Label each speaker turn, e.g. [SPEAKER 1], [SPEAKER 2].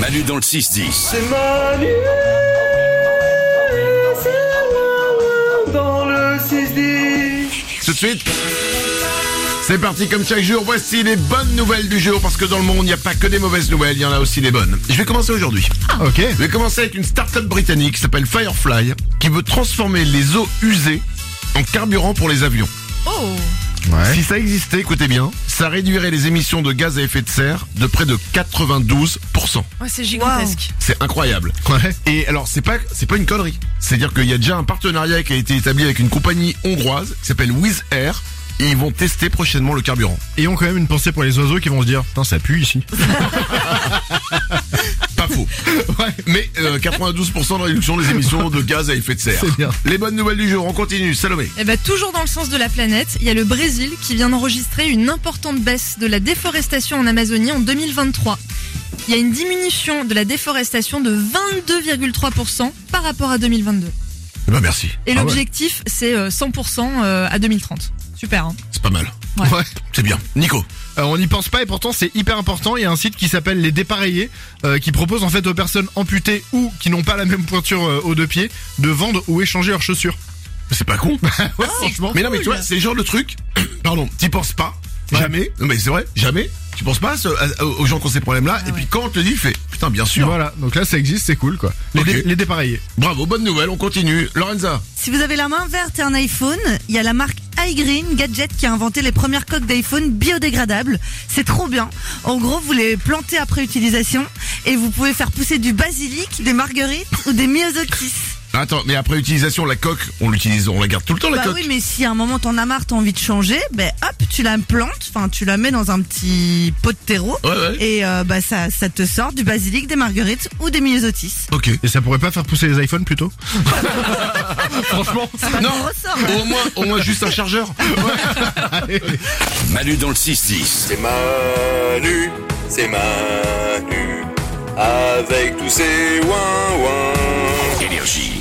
[SPEAKER 1] Manu dans le 6-10.
[SPEAKER 2] C'est Manu, c'est Wawa dans le 6-10.
[SPEAKER 3] Tout de suite c'est parti comme chaque jour, voici les bonnes nouvelles du jour, parce que dans le monde, il n'y a pas que des mauvaises nouvelles, il y en a aussi des bonnes. Je vais commencer aujourd'hui.
[SPEAKER 4] Ah. Ok.
[SPEAKER 3] Je vais commencer avec une start-up britannique qui s'appelle Firefly, qui veut transformer les eaux usées en carburant pour les avions.
[SPEAKER 5] Oh
[SPEAKER 4] Ouais.
[SPEAKER 3] Si ça existait, écoutez bien, ça réduirait les émissions de gaz à effet de serre de près de 92%.
[SPEAKER 5] Ouais, c'est gigantesque.
[SPEAKER 3] C'est incroyable.
[SPEAKER 4] Ouais.
[SPEAKER 3] Et alors c'est pas c'est pas une connerie. C'est-à-dire qu'il y a déjà un partenariat qui a été établi avec une compagnie hongroise qui s'appelle Wizz Air et ils vont tester prochainement le carburant.
[SPEAKER 4] Et ont quand même une pensée pour les oiseaux qui vont se dire, putain, ça pue ici.
[SPEAKER 3] Pas faux. Mais euh, 92% de réduction des émissions de gaz à effet de serre.
[SPEAKER 4] C'est bien.
[SPEAKER 3] Les bonnes nouvelles du jour, on continue. Salomé.
[SPEAKER 5] Et bah, toujours dans le sens de la planète, il y a le Brésil qui vient d'enregistrer une importante baisse de la déforestation en Amazonie en 2023. Il y a une diminution de la déforestation de 22,3% par rapport à 2022.
[SPEAKER 3] Eh ben merci.
[SPEAKER 5] Et
[SPEAKER 4] Ah ouais.
[SPEAKER 5] l'objectif, c'est euh, 100% euh, à 2030. Super, hein
[SPEAKER 3] C'est pas mal.
[SPEAKER 5] Ouais.
[SPEAKER 3] C'est bien. Nico.
[SPEAKER 4] Euh, on n'y pense pas et pourtant c'est hyper important. Il y a un site qui s'appelle Les Dépareillés euh, qui propose en fait aux personnes amputées ou qui n'ont pas la même pointure euh, aux deux pieds de vendre ou échanger leurs chaussures.
[SPEAKER 3] C'est pas con.
[SPEAKER 4] Ouais, franchement.
[SPEAKER 3] mais non mais tu vois, c'est le genre le truc. Pardon, t'y penses pas. Jamais. Non, mais c'est vrai, jamais. Tu penses pas à ce- à- aux gens qui ont ces problèmes-là. et puis quand on te le dit, tu fais putain bien sûr.
[SPEAKER 4] Voilà, donc là ça existe, c'est cool quoi. Les,
[SPEAKER 3] Ok.
[SPEAKER 4] dé- les dépareillés.
[SPEAKER 3] Bravo, bonne nouvelle, on continue. Lorenza.
[SPEAKER 6] Si vous avez la main verte et un iPhone, il y a la marque iGreen Gadget qui a inventé les premières coques d'iPhone biodégradables. C'est trop bien. En gros, vous les plantez après utilisation et vous pouvez faire pousser du basilic, des marguerites ou des myosotis.
[SPEAKER 3] Attends, mais après utilisation, la coque, on l'utilise, on la garde tout le temps, la
[SPEAKER 6] Bah
[SPEAKER 3] coque.
[SPEAKER 6] oui, mais si à un moment t'en as marre, t'as envie de changer, ben hop, tu la plantes, enfin tu la mets dans un petit pot de terreau
[SPEAKER 3] Ouais, ouais.
[SPEAKER 6] et euh, bah ça, ça te sort du basilic, des marguerites ou des myosotis.
[SPEAKER 3] Ok.
[SPEAKER 4] Et ça pourrait pas faire pousser les iPhones plutôt Franchement.
[SPEAKER 3] Non,
[SPEAKER 6] On ressort. hein.
[SPEAKER 3] au moins, au moins juste un chargeur.
[SPEAKER 1] Manu dans le 6-10.
[SPEAKER 2] C'est Manu, c'est Manu, avec tous ses ouin ouin.
[SPEAKER 1] Énergie.